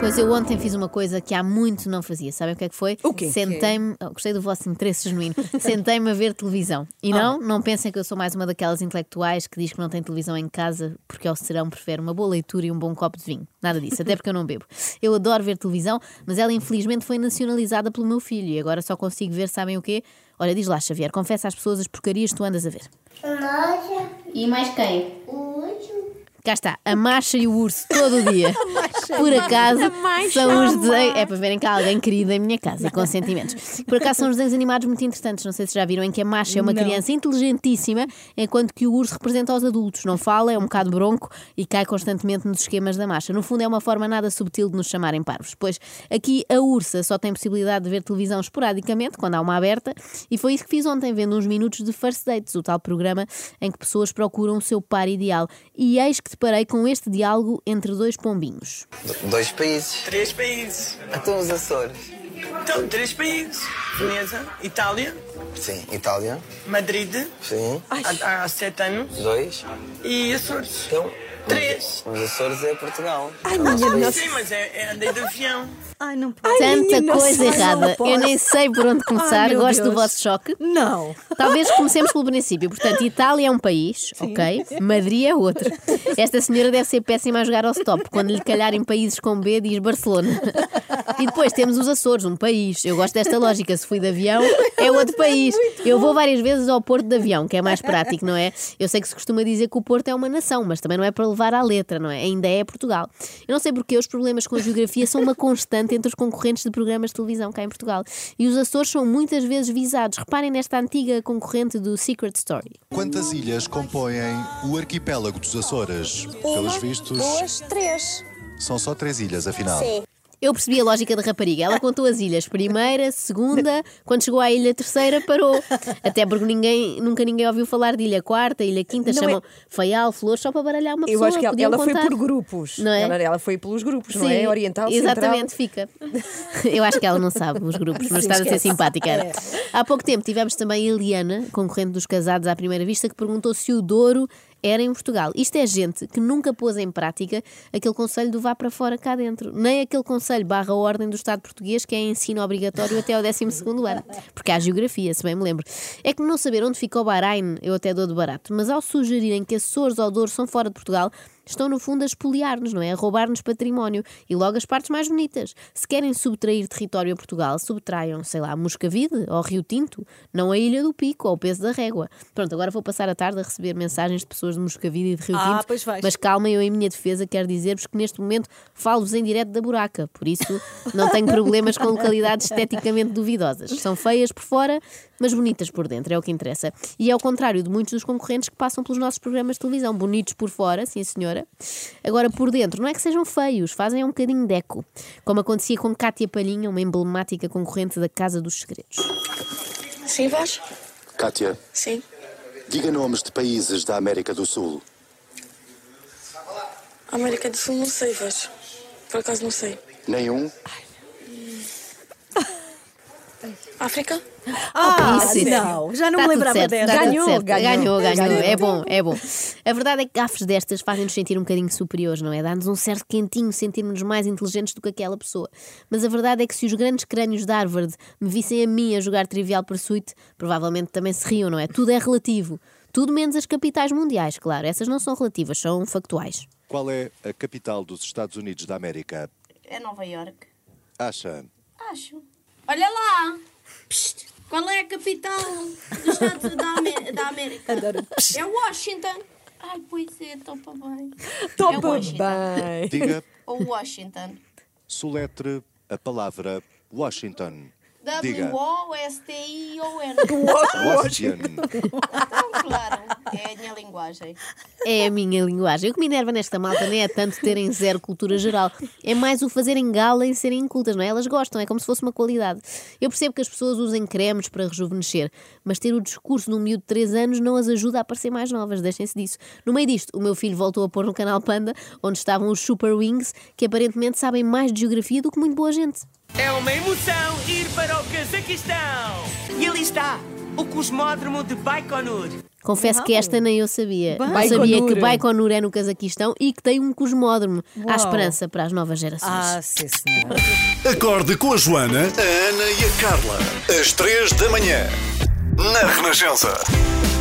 coisa, eu ontem fiz uma coisa que há muito não fazia. Sabem o que é que foi? O quê? Sentei-me, oh, gostei do vosso interesse genuíno, sentei-me a ver televisão. Ah. E não, não pensem que eu sou mais uma daquelas intelectuais que diz que não tem televisão em casa porque ao serão prefere uma boa leitura e um bom copo de vinho. Nada disso, até porque eu não bebo. Eu adoro ver televisão, mas ela infelizmente foi nacionalizada pelo meu filho e agora só consigo ver, sabem o quê? Olha, diz lá, Xavier, confessa às pessoas as porcarias que tu andas a ver. Nossa, E mais quem? o último. Cá está, a macha e o urso todo o dia. Por acaso, são os desenhos. É para verem cá alguém querido em minha casa, e com sentimentos. Por acaso, são os desenhos animados muito interessantes. Não sei se já viram em que a macha é uma criança inteligentíssima, enquanto que o urso representa os adultos. Não fala, é um bocado bronco e cai constantemente nos esquemas da macha. No fundo, é uma forma nada subtil de nos chamarem parvos. Pois aqui a ursa só tem possibilidade de ver televisão esporadicamente, quando há uma aberta, e foi isso que fiz ontem, vendo uns minutos de First Dates, o tal programa em que pessoas procuram o seu par ideal. E eis que deparei com este diálogo entre dois pombinhos. Dois países. Três países. Então os Açores. Então, três países. Veneza, Itália, Sim. Itália. Madrid, Sim. há, há sete anos, Dois. e Açores. Então. Três. Os Açores é Portugal. Ai, minha nossa. Sim, mas é, é andei de avião. Ai, não Ai, Tanta minha nossa, coisa não errada. Eu posso. nem sei por onde começar. Ai, meu Gosto do Deus. vosso choque. Não. Talvez comecemos pelo princípio. Portanto, Itália é um país, ok? Madrid é outro. Esta senhora deve ser péssima a jogar ao stop. Quando lhe calharem países com B, diz Barcelona. E depois temos os Açores, um país. Eu gosto desta lógica. Se fui de avião, é outro país. Eu vou várias vezes ao Porto de avião, que é mais prático, não é? Eu sei que se costuma dizer que o Porto é uma nação, mas também não é para levar à letra, não é? Ainda é Portugal. Eu não sei porque os problemas com a geografia são uma constante entre os concorrentes de programas de televisão cá em Portugal. E os Açores são muitas vezes visados. Reparem nesta antiga concorrente do Secret Story. Quantas ilhas compõem o arquipélago dos Açores? Pelos vistos, Duas, três. são só três ilhas, afinal. Sim. Eu percebi a lógica da rapariga. Ela contou as ilhas. Primeira, segunda, quando chegou à ilha terceira, parou. Até porque ninguém, nunca ninguém ouviu falar de ilha quarta, ilha quinta, Não chamam é- Faial, Flor, só para baralhar uma pessoa. Eu acho que ela, podiam ela foi contar. por grupos. Não é? Ela, ela foi pelos grupos, não Sim, é? Oriental, Exatamente, central. fica. Eu acho que ela não sabe os grupos, mas Sim, está a ser esquece. É. simpática. Ana. Há pouco tempo tivemos também a Eliana, concorrente dos casados à primeira vista, que perguntou se o Douro era em Portugal. Isto é gente que nunca pôs em prática aquele conselho do vá para fora cá dentro, nem aquele conselho barra ordem do Estado português que é ensino obrigatório até ao 12º ano, porque há geografia, se bem me lembro. É que não saber onde fica o Bahrein, eu até dou de barato, mas ao sugerirem que Açores ou Douro são fora de Portugal, estão no fundo a espoliar-nos, não é? A roubar-nos património e logo as partes mais bonitas. Se querem subtrair território a Portugal, subtraiam, sei lá, Moscavide ou Rio Tinto, não a Ilha do Pico ou o Peso da Régua. Pronto, agora vou passar a tarde a receber mensagens de pessoas de Moscavide e de Rio Ah, Tinto. pois vais. Mas calma, eu em minha defesa quero dizer-vos que neste momento falo-vos em direto da buraca, por isso não tenho problemas com localidades esteticamente duvidosas. São feias por fora, mas bonitas por dentro, é o que interessa. E é ao contrário de muitos dos concorrentes que passam pelos nossos programas de televisão, bonitos por fora, sim senhora. Agora por dentro, não é que sejam feios, fazem um bocadinho de eco, como acontecia com Cátia Palhinha, uma emblemática concorrente da Casa dos Segredos. Sim, Vasco? Kátia, Sim. diga nomes de países da América do Sul. América do Sul não sei, Vasco. Por acaso não sei. Nenhum? África? Ah, Isso, isso. não. Está Tá Já não me tudo lembrava certo, dessa. está tudo Ganhou, certo. ganhou. ganhou, ganhou. Ganhou. É bom, é bom. A verdade é que gafes destas fazem-nos sentir um bocadinho superiores, não é? Dá-nos um certo quentinho sentirmos mais inteligentes do que aquela pessoa. Mas a verdade é que se os grandes crânios de Harvard me vissem a mim a jogar Trivial Pursuit, provavelmente também se riam, não é? Tudo é relativo. Tudo menos as capitais mundiais, claro. Essas não são relativas, são factuais. Qual é a capital dos Estados Unidos da América? É Nova York. Acha? Acho. Olha lá! Psst. Qual é a capital dos Estados da, Amé- da América? É Washington. Ai, pois é, topa bem. É Topa Washington. bem. Diga, Ou Washington. soletre a palavra Washington. Diga. W-O-S-T-I-O-N. Washington. Então, claro, é a minha linguagem. É a minha linguagem. O que me enerva nesta malta não é tanto terem zero cultura geral, é mais o fazerem gala em serem incultas, não é? Elas gostam, é como se fosse uma qualidade. Eu percebo que as pessoas usem cremes para rejuvenescer, mas ter o discurso de um miúdo de 3 anos não as ajuda a parecer mais novas, deixem-se disso. No meio disto, o meu filho voltou a pôr no canal Panda, onde estavam os Super Wings, que aparentemente sabem mais de geografia do que muito boa gente. É uma emoção ir para o Cazaquistão. E ali está, o Cosmódromo de Baikonur. Confesso que esta nem eu sabia. Não Baikonur. sabia que Baikonur é no Cazaquistão e que tem um cosmódromo à Uau. esperança para as novas gerações. Ah, sim, senhora. Acorde com a Joana, a Ana e a Carla. Às três da manhã. Na Renascença.